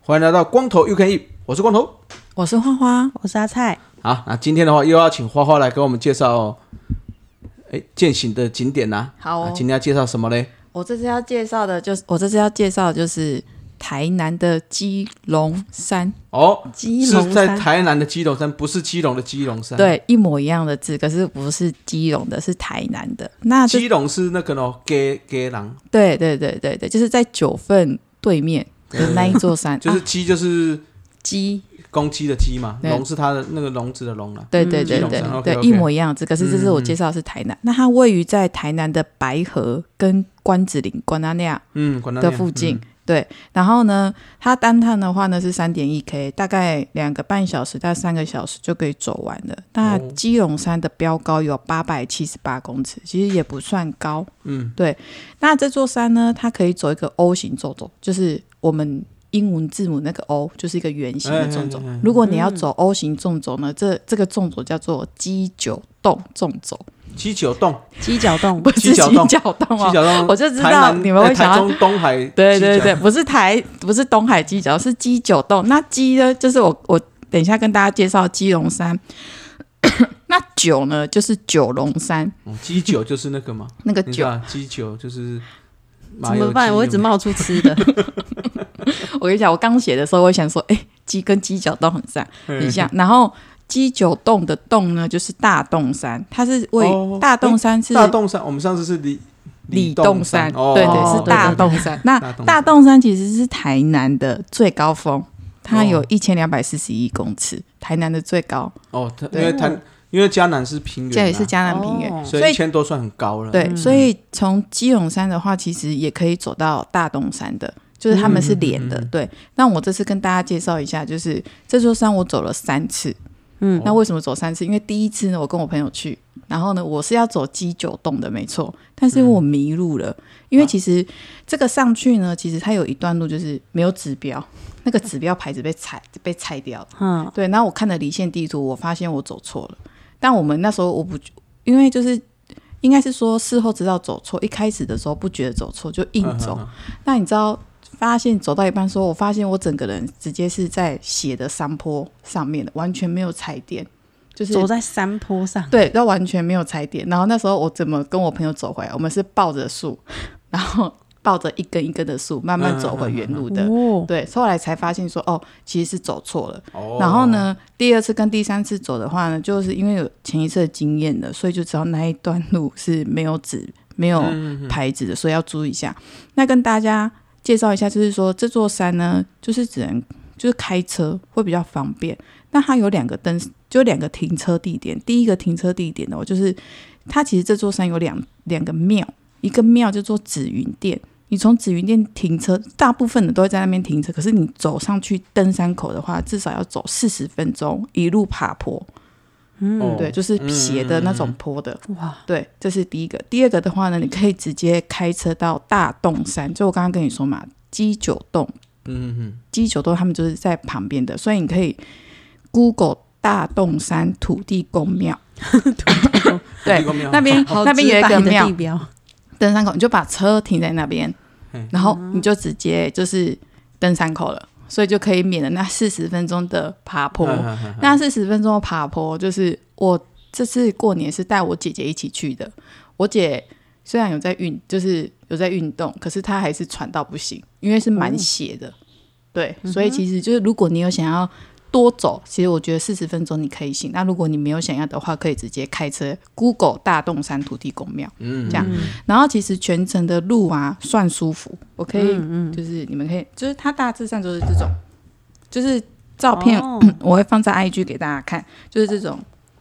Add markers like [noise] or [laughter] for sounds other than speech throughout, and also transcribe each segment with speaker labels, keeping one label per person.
Speaker 1: 欢迎来到光头 UK E，我是光头。
Speaker 2: 我是花花，
Speaker 3: 我是阿菜，
Speaker 1: 好，那今天的话又要请花花来给我们介绍，哎，践行的景点呐、
Speaker 2: 好哦
Speaker 1: 啊今天要介绍什么嘞？
Speaker 2: 我这次要介绍的就是我这次要介绍的就是台南的基隆山，
Speaker 1: 哦，
Speaker 3: 基
Speaker 1: 是
Speaker 3: 隆
Speaker 1: 在
Speaker 3: 山
Speaker 1: 台南的基隆山，不是基隆的基隆山。，
Speaker 2: 对，一模一样的字，可是不是基隆的，是台南的。那这
Speaker 1: 基隆是那个喏，给给狼，
Speaker 2: 对对对对对，就是在九份对面的那一座山，
Speaker 1: 嗯就是
Speaker 2: 啊
Speaker 1: 鸡就是
Speaker 2: 基，
Speaker 1: 公鸡的鸡嘛，
Speaker 2: 对
Speaker 1: 龙是它的那个笼子的笼啦。
Speaker 2: 对对对
Speaker 1: 嗯基隆
Speaker 2: 对
Speaker 1: 山，OK，
Speaker 2: 对，
Speaker 1: OK 嗯
Speaker 2: 一模一样的字，可是这次我介绍的是台南。那它位于在台南的白河跟关子岭、关阿那亚
Speaker 1: 嗯，管它
Speaker 2: 的附近。对，然后呢，它单趟的话呢是三点一 K，大概两个半小时到三个小时就可以走完了。那
Speaker 1: 哦
Speaker 2: 基隆山的标高有八百七十八公尺，其实也不算高。
Speaker 1: 嗯，
Speaker 2: 那这座山呢，它可以走一个 O 型走走，就是我们英文字母那个 O，就是一个圆形的纵走
Speaker 1: 哎哎哎哎。
Speaker 2: 如果你要走 O 型纵走呢，这这个纵走叫做鸡九洞纵走，
Speaker 1: 嗯鸡脚洞，
Speaker 3: 鸡脚洞
Speaker 2: 不是
Speaker 1: 鸡
Speaker 2: 鸡
Speaker 1: 脚
Speaker 2: 脚
Speaker 1: 洞
Speaker 2: 洞
Speaker 1: 鸡
Speaker 2: 哦。
Speaker 1: 脚洞，
Speaker 2: 我就知道
Speaker 1: 台南
Speaker 2: 你们会
Speaker 1: 哎台
Speaker 2: 想要
Speaker 1: 中东海，
Speaker 2: [laughs] 对
Speaker 1: 鸡脚
Speaker 2: 对对，，不是台，不是东海鸡脚，是鸡九洞。那鸡呢，就是我我等一下跟大家介绍鸡龙山。 [coughs] 那九呢，就是九龙山
Speaker 1: 嗯鸡酒就是那个嘛，
Speaker 2: 那个
Speaker 1: 你知
Speaker 2: 九。
Speaker 1: 道鸡酒就是麻
Speaker 3: 怎
Speaker 1: 油
Speaker 3: 么办？
Speaker 1: 鸡
Speaker 3: 我一直
Speaker 1: 嘛
Speaker 3: 冒出吃 [laughs] 的，
Speaker 2: 我跟你讲，我刚写的时候，我想说，哎、鸡跟鸡脚洞很像，
Speaker 1: 嗯
Speaker 2: 很像。然后鸡九洞的洞呢，就是大洞山，它是位于、
Speaker 1: 哦
Speaker 2: 大洞山是
Speaker 1: 大洞山，我们上次是李
Speaker 2: 李
Speaker 1: 洞
Speaker 2: 洞山，
Speaker 1: 哦
Speaker 2: 对
Speaker 1: 哦
Speaker 2: 对，是大
Speaker 1: 对
Speaker 2: 洞山。那
Speaker 1: 大洞山
Speaker 2: 大洞山其实是台南的最高峰，它有
Speaker 1: 哦
Speaker 2: 一千两百四十一公尺，台南的最高。
Speaker 1: 哦，它因
Speaker 2: 对
Speaker 1: 为它因为江南是平原，啊嗯
Speaker 2: 这也是，江南平原，欸
Speaker 3: 哦
Speaker 1: 所
Speaker 2: 所
Speaker 1: 以
Speaker 2: 以
Speaker 1: 一千多算很高了。
Speaker 2: 对，所以从基隆山的话，其实也可以走到大东山的，就是他们是连的。
Speaker 1: 嗯嗯嗯
Speaker 2: 对，那我这次跟大家介绍一下，就是这座山我走了三次。
Speaker 1: 哦
Speaker 3: 嗯
Speaker 2: 那为什么走三次？因为第一次呢，我跟我朋友去，然后呢，我是要走鸡九洞的，没错，但是
Speaker 1: 嗯
Speaker 2: 我迷路了，因
Speaker 1: 啊
Speaker 2: 为其实这个上去呢，其实它有一段路就是没有指标，那个指标牌子被拆被拆掉了。
Speaker 3: 嗯，
Speaker 2: 对，然后我看了离线地图，我发现我走错了。但我们那时候我不，因为就是应该是说事后知道走错，一开始的时候不觉得走错，就硬
Speaker 1: 嗯，
Speaker 2: 走。
Speaker 1: 嗯
Speaker 2: 那你知道，发现走到一半说我发现我整个人直接是在斜的山坡上面的，完全没有踩点，就是
Speaker 3: 走在山坡上，
Speaker 2: 对，都完全没有踩点。然后那时候我怎么跟我朋友走回来？我们是抱着树，然后抱着一根一根的树，慢慢走回原路的。
Speaker 3: 哦，
Speaker 2: 对，后来才发现说，哦，其实是走错了。
Speaker 1: 哦
Speaker 2: 然后？呢，第二次跟第三次走的话呢，就是因为有前一次的经验了，所以就知道那一段路是没有指、没有牌子的，所以要注意一下。那跟大家介绍一下，就是说这座山呢，就是只能就是开车会比较方便。那它有两个登，就两个停车地点。第一个停车地点呢，就是它其实这座山有两两个庙，一个庙叫做紫云殿。你从紫云殿停车，大部分的都会在那边停车。可是你走上去登山口的话，至少要走四十分钟，一路爬坡，
Speaker 1: 哦
Speaker 2: 嗯对，就是斜的那种坡的。
Speaker 3: 哇，
Speaker 2: 对，这是第一个。第二个的话呢，你可以直接开车到大洞山，就我刚刚跟你说嘛，鸡九洞，
Speaker 1: 嗯嗯嗯，
Speaker 2: 鸡九洞他们就是在旁边的，所以你可以 Google 大洞山土地公
Speaker 3: [laughs]
Speaker 2: 庙，对
Speaker 1: 地，公庙
Speaker 2: 那边
Speaker 3: 好
Speaker 2: 那边有一个
Speaker 3: 直白的
Speaker 2: 庙
Speaker 3: 地，标，
Speaker 2: 登山口，你就把车停在那边
Speaker 1: 嗯，
Speaker 2: 然后你就直接就是登山口了，所以就可以免了那四十分钟的爬坡。
Speaker 1: 嗯嗯嗯嗯
Speaker 2: 那四十分钟的爬坡，就是我这次过年是带我姐姐一起去的。我姐虽然有在运，就是有在运动，可是她还是喘到不行，因为是蛮斜的。对，所以其实就是如果你有想要多走，其实我觉得四十分钟你可以行。那如果你没有想要的话，可以直接开车 Google 大洞山土地公庙。
Speaker 1: 嗯
Speaker 2: 这样然后其实全程的路啊算舒服，我可
Speaker 3: 嗯
Speaker 2: 以，就是你们可以，就是它大致上就是这种，就是照片、嗯
Speaker 3: 哦
Speaker 2: 我会放在 IG 给大家看，就是这种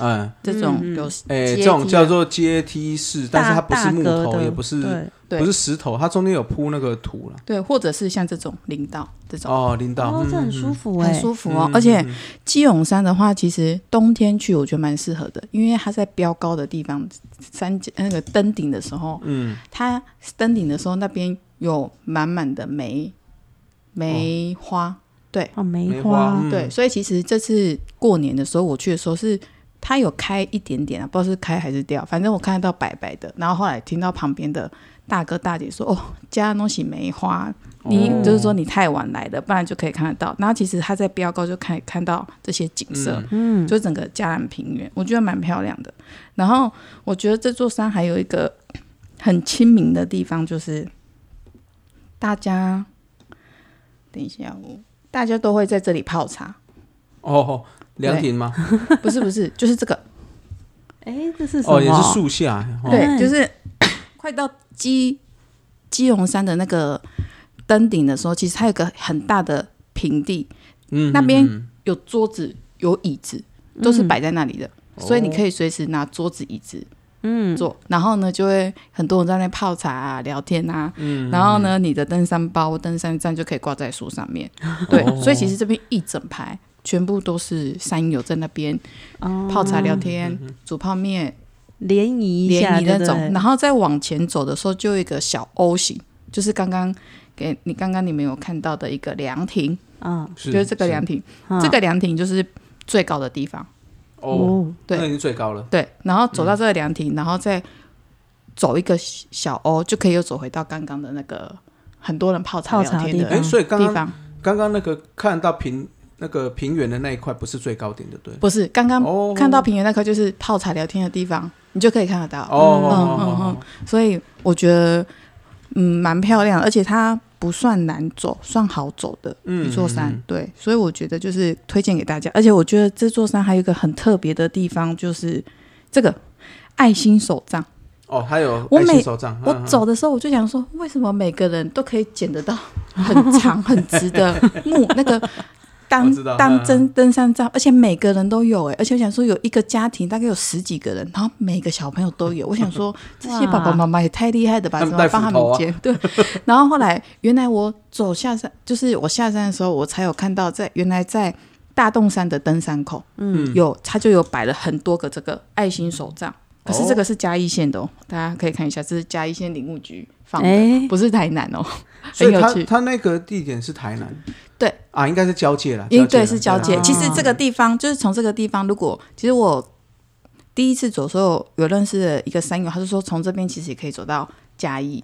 Speaker 1: 嗯，
Speaker 2: 这种
Speaker 3: 嗯嗯
Speaker 2: 有
Speaker 1: 哎，
Speaker 2: 阶
Speaker 1: 这种
Speaker 2: 梯
Speaker 1: 叫
Speaker 2: 啊
Speaker 1: 做阶梯式，
Speaker 3: 大
Speaker 1: 但是它不是木
Speaker 3: 大格
Speaker 1: 头，
Speaker 3: 的
Speaker 1: 也不是
Speaker 3: 对，
Speaker 2: 对
Speaker 1: 不是石头，它中间有铺那个土了。
Speaker 2: 对，或者是像这种林道这种。
Speaker 1: 哦，领导，
Speaker 3: 哦
Speaker 1: 嗯，
Speaker 3: 这很
Speaker 1: 嗯
Speaker 3: 舒服哎、
Speaker 2: 很舒服哦，而且基隆山的话，其实冬天去我觉得蛮适合的，因为它在标高的地方，山那个登顶的时候，
Speaker 1: 嗯，
Speaker 2: 它登顶的时候那边有满满的梅梅花，对
Speaker 3: 哦，梅
Speaker 1: 梅花嗯
Speaker 2: 对，所以其实这次过年的时候我去的时候是。它有开一点点啊，不知道是开还是掉，反正我看得到白白的。然后后来听到旁边的大哥大姐说：“哦，家东西梅花，你、
Speaker 1: 哦
Speaker 2: 就是说你太晚来了，不然就可以看得到。然后其实它在标高就看看到这些景色，
Speaker 3: 嗯，
Speaker 2: 就整个嘉南平原，我觉得蛮漂亮的。然后我觉得这座山还有一个很亲民的地方，就是大家等一下我。大家都会在这里泡茶，
Speaker 1: 哦，凉亭吗？
Speaker 2: 不是不是， [laughs] 就是这个，
Speaker 3: 哎、这是什么？
Speaker 1: 哦，也是树下，哦
Speaker 3: 嗯
Speaker 2: 对，就是 [coughs] 快到基基隆山的那个登顶的时候，其实它有个很大的平地，
Speaker 1: 嗯，
Speaker 2: 那边
Speaker 1: 嗯
Speaker 2: 有桌子有椅子，都是摆在那里的，
Speaker 1: 嗯
Speaker 2: 所以你可以随时拿桌子椅子
Speaker 3: 嗯，
Speaker 2: 坐，然后呢就会很多人在那泡茶啊、聊天啊，
Speaker 1: 嗯
Speaker 2: 然后呢你的登山包、登山杖就可以挂在树
Speaker 1: [laughs]
Speaker 2: 上面，对，
Speaker 1: 哦
Speaker 2: 所以其实这边一整排全部都是山友在那边
Speaker 3: 哦
Speaker 2: 泡茶聊
Speaker 1: 嗯
Speaker 2: 天、煮泡面、
Speaker 3: 联谊一下
Speaker 2: 联谊那种
Speaker 3: 对，不对
Speaker 2: 然后再往前走的时候就有一个小 O 型，就是刚刚给你刚刚你们有看到的一个凉亭，
Speaker 3: 嗯，
Speaker 1: 是
Speaker 2: 就是这个
Speaker 1: 是
Speaker 2: 凉亭，
Speaker 3: 嗯
Speaker 2: 这个凉亭就是最高的地方。
Speaker 1: 哦，
Speaker 3: 哦，
Speaker 2: 嗯对
Speaker 1: 那已经最高了。
Speaker 2: 对，然后走到这个凉亭，然后再走一个小欧，就可以又走回到刚刚的那个很多人泡茶
Speaker 3: 泡
Speaker 2: 聊
Speaker 3: 茶的
Speaker 2: 天
Speaker 3: 地
Speaker 2: 的
Speaker 3: 方
Speaker 1: 哎，所以刚
Speaker 2: 地
Speaker 1: 刚
Speaker 2: 方。
Speaker 1: 刚刚那个看到平那个平原的那一块不是最高点，就对了。
Speaker 2: 不是，刚刚
Speaker 1: 哦
Speaker 2: 看到平原那块就是泡茶聊天的地方，你就可以看得到。
Speaker 1: 哦哦
Speaker 2: 嗯
Speaker 1: 哦
Speaker 2: 嗯
Speaker 1: 哦
Speaker 2: 嗯，所以我觉得，嗯，蛮漂亮的，而且它不算难走，算好走的
Speaker 1: 嗯
Speaker 2: 一座山。
Speaker 1: 嗯嗯
Speaker 2: 对，所以我觉得就是推荐给大家。而且我觉得这座山还有一个很特别的地方，就是这个爱心手杖。
Speaker 1: 哦，还有
Speaker 2: 我
Speaker 1: 爱心
Speaker 2: 每
Speaker 1: 手杖，嗯
Speaker 2: 我
Speaker 1: 嗯
Speaker 2: 走的时候我就想说，为什么每个人都可以捡得到 [laughs] 很长很直的
Speaker 1: [laughs]
Speaker 2: 木那个
Speaker 1: 我
Speaker 2: 当
Speaker 1: 知道
Speaker 2: 当
Speaker 1: 嗯
Speaker 2: 登登山杖，而且每个人都有哎、而且我想说有一个家庭大概有十几个人，然后每个小朋友都有，我想
Speaker 1: [laughs]
Speaker 2: 说这些爸爸妈妈也太厉害的吧，
Speaker 1: 他
Speaker 2: 怎
Speaker 1: 们
Speaker 2: 么
Speaker 1: 带
Speaker 2: 帮
Speaker 1: 斧
Speaker 2: 他们
Speaker 1: 头啊
Speaker 2: 捡？
Speaker 1: [laughs]
Speaker 2: 对，然后后来原来我走下山，就是我下山的时候，我才有看到在原来在。大洞山的登山口，嗯，有，它就有摆了很多个这个爱心手杖，可是这个是嘉义县的哦，大家可以看一下，这是嘉义县林务局放的，
Speaker 3: 哎
Speaker 2: 不是台南哦。
Speaker 1: 所以
Speaker 2: 很有
Speaker 1: 他
Speaker 2: 趣
Speaker 1: 他那个地点是台南，
Speaker 2: 对
Speaker 1: 啊，应该是交界了，
Speaker 2: 因为
Speaker 1: 界
Speaker 2: 对
Speaker 1: 啦
Speaker 2: 是交
Speaker 3: 哦
Speaker 2: 界。
Speaker 1: 啦
Speaker 2: 其实
Speaker 1: 嗯
Speaker 2: 这个地方就是从这个地方，如果其实我第一次走的时候有认识的一个山友，他就说从这边其实也可以走到嘉义。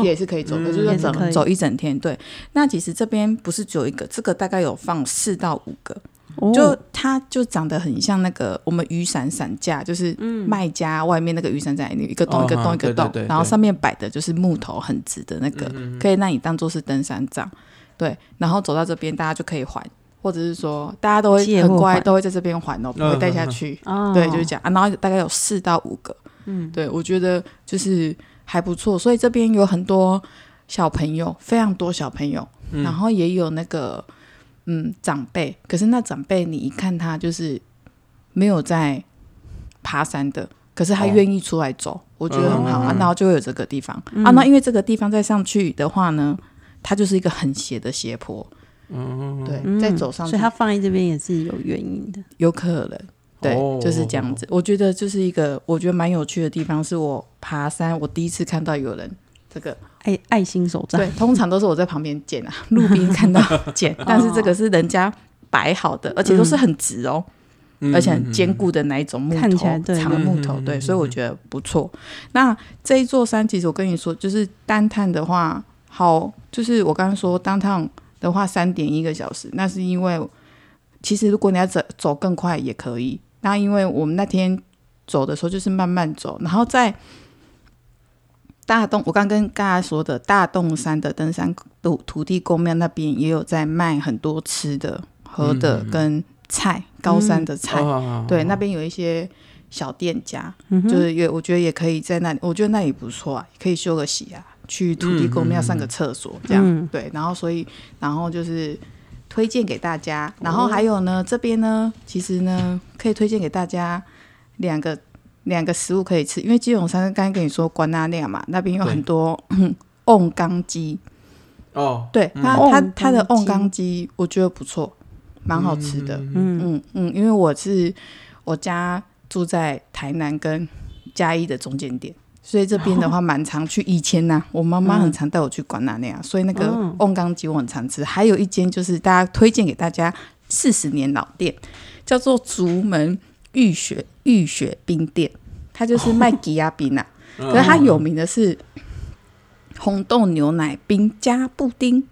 Speaker 2: 也是可以走的，就是说
Speaker 3: 哦嗯也是可
Speaker 2: 走
Speaker 3: 以
Speaker 2: 走一整天。对，那其实这边不是只有一个，这个大概有放四到五个，
Speaker 3: 哦
Speaker 2: 就它就长得很像那个我们雨伞伞架，就是卖家外面那个雨伞伞，一个洞一个
Speaker 1: 嗯哦
Speaker 2: 洞一个洞
Speaker 1: 对对对，
Speaker 2: 然后
Speaker 1: 对嗯
Speaker 2: 上面摆的就是木头很直的那个，可以让你当做是登山杖。对，然后走到这边大家就可以还，或者是说大家都会
Speaker 3: 借
Speaker 2: 很
Speaker 3: 或
Speaker 2: 乖，
Speaker 3: 还
Speaker 2: 都会在这边还哦，不会带下
Speaker 1: 嗯嗯嗯
Speaker 2: 去。
Speaker 3: 哦
Speaker 2: 对，就是这样啊。然后大概有四到五个，嗯，对我觉得就是还不错，所以这边有很多小朋友，非常多小朋友，
Speaker 1: 嗯
Speaker 2: 然后也有那个嗯长辈，可是那长辈你一看他就是没有在爬山的，可是他
Speaker 1: 哦
Speaker 2: 愿意出来走，我觉得很好
Speaker 1: 嗯嗯
Speaker 2: 啊
Speaker 1: 嗯。
Speaker 2: 然后就会有这个地方啊，那因为这个地方再上去的话呢，它就是一个很斜的斜坡。嗯，对，再走上去，
Speaker 3: 所以它放在这边也是有原因的。
Speaker 2: 有可能，对，
Speaker 1: 哦
Speaker 2: 就是这样子。我觉得就是一个我觉得蛮有趣的地方，是我爬山我第一次看到有人这个，
Speaker 3: 爱爱心手杖
Speaker 2: 对，通常都是我在旁边捡啊，路边看到捡，但是这个是人家摆好的，而且都是很直哦，
Speaker 1: 嗯
Speaker 2: 而且很坚固的那一种木头，
Speaker 3: 嗯看起来对嗯
Speaker 2: 长的木头，对，所以我觉得不错。那这一座山，其实我跟你说，就是单探的话，好，就是我刚刚说单趟的话，三点一个小时，那是因为其实如果你要走走更快也可以。那因为我们那天走的时候就是慢慢走，然后在大洞，我刚跟大家说的大洞山的登山土土地公庙那边也有在卖很多吃的、喝
Speaker 3: 嗯
Speaker 2: 的跟菜，高山的菜。
Speaker 1: 哦
Speaker 2: 对，那边有一些小店家，就是也我觉得也可以在那里，我觉得那里不错啊，可以休个息啊，去土地公庙上个厕所这样。
Speaker 3: 嗯
Speaker 2: 对，然后所以然后就是推荐给大家，然后还有呢，这边呢，其实呢可以推荐给大家两个两个食物可以吃，因为基隆山刚才跟你说关那亮嘛，那边有
Speaker 1: 对
Speaker 2: 很多 [laughs] 嗯瓮缸鸡，
Speaker 1: 哦，
Speaker 2: 对，它
Speaker 3: 瓮
Speaker 2: 它
Speaker 3: 缸
Speaker 2: 它的瓮
Speaker 3: 鸡
Speaker 2: 缸鸡我觉得不错，蛮好吃的。
Speaker 3: 嗯，
Speaker 2: 嗯嗯，因为我是我家住在台南跟嘉义的中间点，所以这
Speaker 1: [laughs]
Speaker 2: 边的话蛮常去。以前呢、我妈
Speaker 1: 嗯
Speaker 2: 妈很常带我去管那那样，所以那个
Speaker 1: 哦
Speaker 3: 嗯
Speaker 2: 瓮缸鸡我很常吃。还有一间就是大家推荐给大家四十年老店，叫做竹门浴雪浴雪冰店，它就是卖吉亚
Speaker 1: [laughs]
Speaker 2: 冰啊，
Speaker 1: 嗯
Speaker 2: 可是它有名的是红豆牛奶冰加布丁，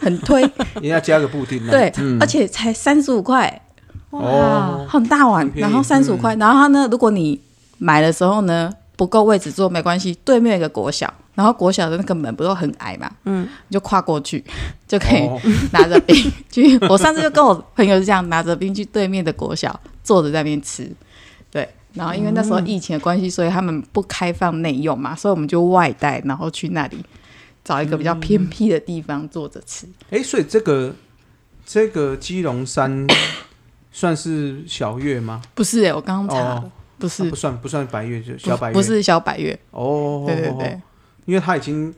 Speaker 2: 很
Speaker 1: [laughs]
Speaker 2: 推
Speaker 1: 你要加个布丁啊，
Speaker 2: 对，
Speaker 1: 嗯
Speaker 2: 而且才三十五块。
Speaker 1: 哦，
Speaker 2: 很大碗
Speaker 1: 很，便宜
Speaker 2: 然后三十五块，然后它呢，如果你买的时候呢不够位置坐没关系，对面有一个国小，然后国小的那个门不都很矮嘛，嗯，你就跨过去就可以
Speaker 1: 哦
Speaker 2: [laughs] 拿着冰去。我上次就跟我朋友是这样拿着冰去对面的国小坐着在那边吃，对。然后因为那时候疫情的关系，所以他们不开放内用嘛，所以我们就外带，然后去那里找一个比较偏僻的地方坐着吃。
Speaker 1: 哎，所以这个这个基隆山 [coughs] 算是小月吗？
Speaker 2: 不是哎、我刚刚查了，
Speaker 1: 哦
Speaker 2: 不
Speaker 1: 啊
Speaker 2: 是
Speaker 1: 不，算不算白月，就
Speaker 2: 啊不
Speaker 1: 小白月
Speaker 2: 不是小百月，
Speaker 1: 哦，
Speaker 2: 对对对。
Speaker 1: 因为它已经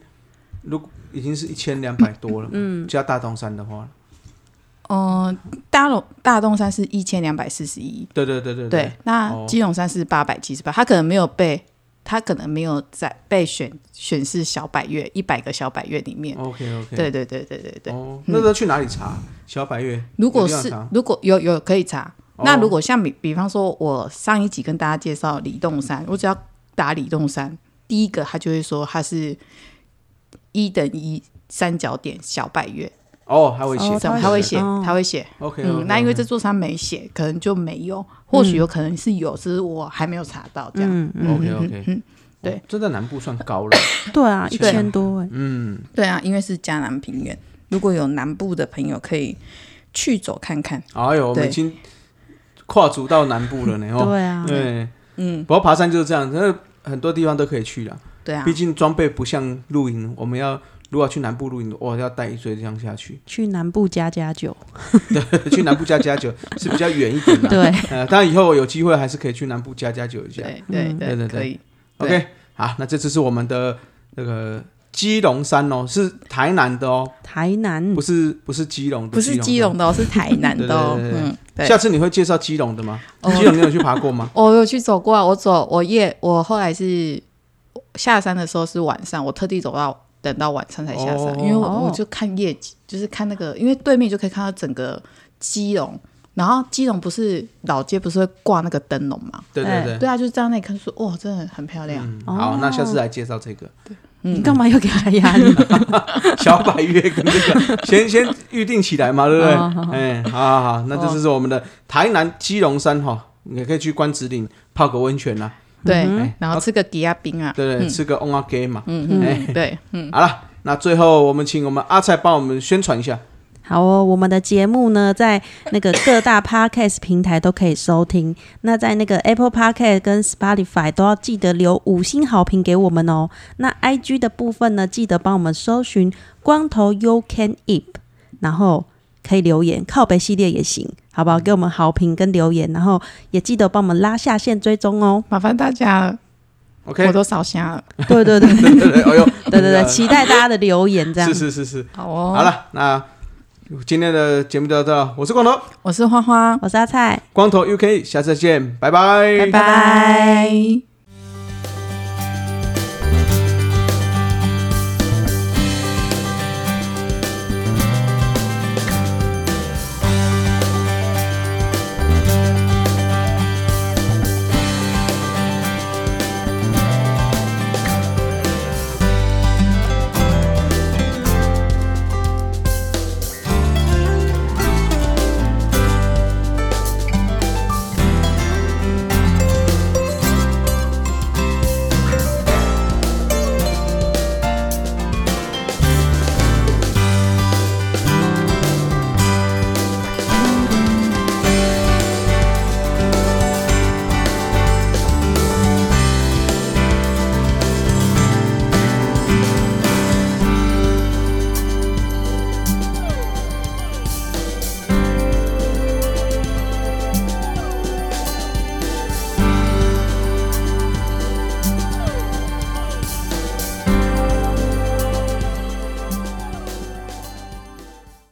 Speaker 1: 如果已经是一千两百多了，嗯，加大东山的话，
Speaker 2: 嗯，大龙大洞山是一千两百四十一，
Speaker 1: 对对对对
Speaker 2: 对，那
Speaker 1: 哦
Speaker 2: 基隆山是八百七十八，他可能没有被，他可能没有在被选选是小百月一百个小百月里面，
Speaker 1: ，OK 哦 OK，
Speaker 2: 对对对对对对。
Speaker 1: 哦，那要去哪里查？小百月，
Speaker 2: 如果
Speaker 1: 有地方
Speaker 2: 是
Speaker 1: 查
Speaker 2: 如果有有可以查，
Speaker 1: 哦
Speaker 2: 那如果像比比方说，我上一集跟大家介绍李洞山，我只要打李洞山，第一个他就会说它是一等一三角点小百月，
Speaker 1: 哦，还会写
Speaker 3: 哦，
Speaker 2: 他会写
Speaker 3: 哦
Speaker 2: 他会写，
Speaker 1: OK，
Speaker 2: 嗯，那因为这座山没写，可能就没有，或许有可能是有，只是我还没有查到这样。
Speaker 3: 嗯，
Speaker 1: 嗯 OK OK，
Speaker 2: 对，
Speaker 1: 哦这在南部算高了，
Speaker 3: 对啊，一
Speaker 1: 对
Speaker 3: 千多哎，
Speaker 1: 嗯，
Speaker 2: 对啊，因为是嘉南平原，如果有南部的朋友可以去走看看。
Speaker 1: 哎呦，我们
Speaker 2: 对
Speaker 1: 已经跨足到南部了呢，哦，
Speaker 3: 对啊，
Speaker 1: 对，
Speaker 2: 嗯，
Speaker 1: 不过爬山就是这样，那很多地方都可以去了，
Speaker 2: 对啊
Speaker 1: 毕，竟装备不像露营，我们要如果要去南部露营，哇，要带一堆这样下去， [laughs]
Speaker 3: 去南部加加酒，
Speaker 1: 去南部加加酒是比较远一
Speaker 2: [laughs]
Speaker 1: 点的，
Speaker 3: 对，
Speaker 1: 呃，当然以后有机会还是可以去南部加加酒一下。
Speaker 2: 对对
Speaker 1: 对对对
Speaker 2: 可以。对
Speaker 1: OK，好，那这次是我们的那个基隆山哦，是台南的哦，
Speaker 3: 台南
Speaker 1: 不是不是基隆的，
Speaker 2: 嗯不是基隆的哦，是台南的哦。
Speaker 1: 对对对对
Speaker 2: 嗯，
Speaker 1: 的。
Speaker 2: 对
Speaker 1: 下。次你会介绍基隆的吗？
Speaker 2: 哦
Speaker 1: 基隆你有去爬过吗？
Speaker 2: 我有去走过啊，我走，我夜，我后来是下山的时候是晚上，我特地走到等到晚上才下山，
Speaker 1: 哦
Speaker 2: 因为我
Speaker 3: 哦
Speaker 2: 我就看夜景，就是看那个，因为对面就可以看到整个基隆，然后基隆不是老街不是会挂那个灯笼嘛？
Speaker 1: 对对对。
Speaker 2: 对啊，哦就是站在那里看说，哇，真的很漂亮。
Speaker 1: 嗯好，那下次来介绍这个
Speaker 3: 你干嘛要给他压力？
Speaker 1: [laughs] 小百月跟这个，先先预定起来嘛，对不对
Speaker 3: 哦好？
Speaker 1: 哎，好好好，那这就是我们的台南基隆山哈，你也可以去关子岭泡个温泉啦，
Speaker 2: 对，
Speaker 1: 嗯
Speaker 2: 然后吃个吉亚冰啊，
Speaker 1: 对不对？吃个 on a g a 嘛。
Speaker 2: 嗯嗯
Speaker 1: 哎
Speaker 2: 嗯，对，
Speaker 1: 好了，那最后我们请我们阿菜帮我们宣传一下。
Speaker 3: 好哦，我们的节目呢，在那个各大 podcast 平台都可以收听。那在那个 Apple Podcast 跟 Spotify 都要记得留五星好评给我们哦。那 IG 的部分呢，记得帮我们搜寻“光头 You Can Eat”，然后可以留言，靠北系列也行，好不好？给我们好评跟留言，然后也记得帮我们拉下线追
Speaker 2: [laughs]
Speaker 3: 踪哦。
Speaker 2: 麻烦大家了，
Speaker 1: OK，
Speaker 2: 我都烧瞎了。
Speaker 3: 对对对
Speaker 1: [laughs] 对 [laughs] 对对，哎呦，
Speaker 3: 对对对，期待大家的留言，这样
Speaker 1: 是是是是，
Speaker 2: 好哦，
Speaker 1: 好，了，那今天的节目就到这了，我是光头，
Speaker 2: 我是花花，
Speaker 3: 我是阿菜。
Speaker 1: 光头 UK，下次再见，拜拜，
Speaker 2: 拜拜